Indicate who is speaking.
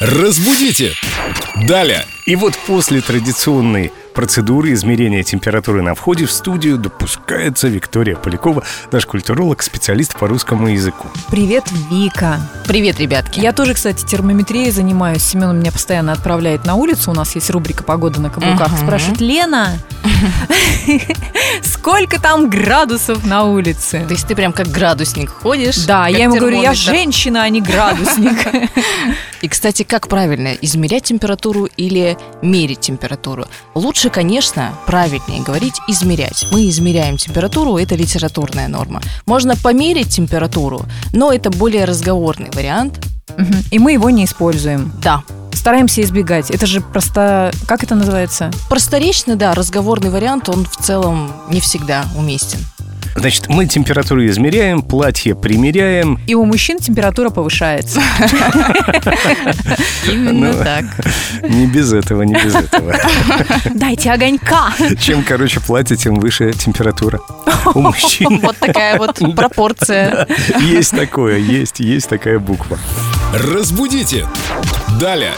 Speaker 1: Разбудите! Далее!
Speaker 2: И вот после традиционной процедуры измерения температуры на входе в студию допускается Виктория Полякова, наш культуролог, специалист по русскому языку.
Speaker 3: Привет, Вика.
Speaker 4: Привет, ребятки.
Speaker 3: Я тоже, кстати, термометрией занимаюсь. Семен меня постоянно отправляет на улицу. У нас есть рубрика «Погода на каблуках».
Speaker 4: Мгм.
Speaker 3: Спрашивает, Лена, сколько там градусов на улице?
Speaker 4: То есть ты прям как градусник ходишь.
Speaker 3: Да,
Speaker 4: как
Speaker 3: я ему говорю, я
Speaker 4: термометр.
Speaker 3: женщина, а не градусник.
Speaker 4: И, кстати, как правильно, измерять температуру или мерить температуру? Лучше, конечно, правильнее говорить измерять. Мы измеряем температуру, это литературная норма. Можно померить температуру, но это более разговорный вариант.
Speaker 3: Мгм. И мы его не используем.
Speaker 4: Да,
Speaker 3: Стараемся избегать. Это же просто... Как это называется?
Speaker 4: просторечный, да, разговорный вариант, он в целом не всегда уместен.
Speaker 2: Значит, мы температуру измеряем, платье примеряем.
Speaker 3: И у мужчин температура повышается.
Speaker 4: Именно
Speaker 2: Ну,
Speaker 4: так.
Speaker 2: Не без этого, не без этого.
Speaker 3: Дайте огонька!
Speaker 2: Чем короче платье, тем выше температура у мужчин.
Speaker 4: Вот такая вот пропорция.
Speaker 2: Есть такое, есть, есть такая буква.
Speaker 1: Разбудите! Далее!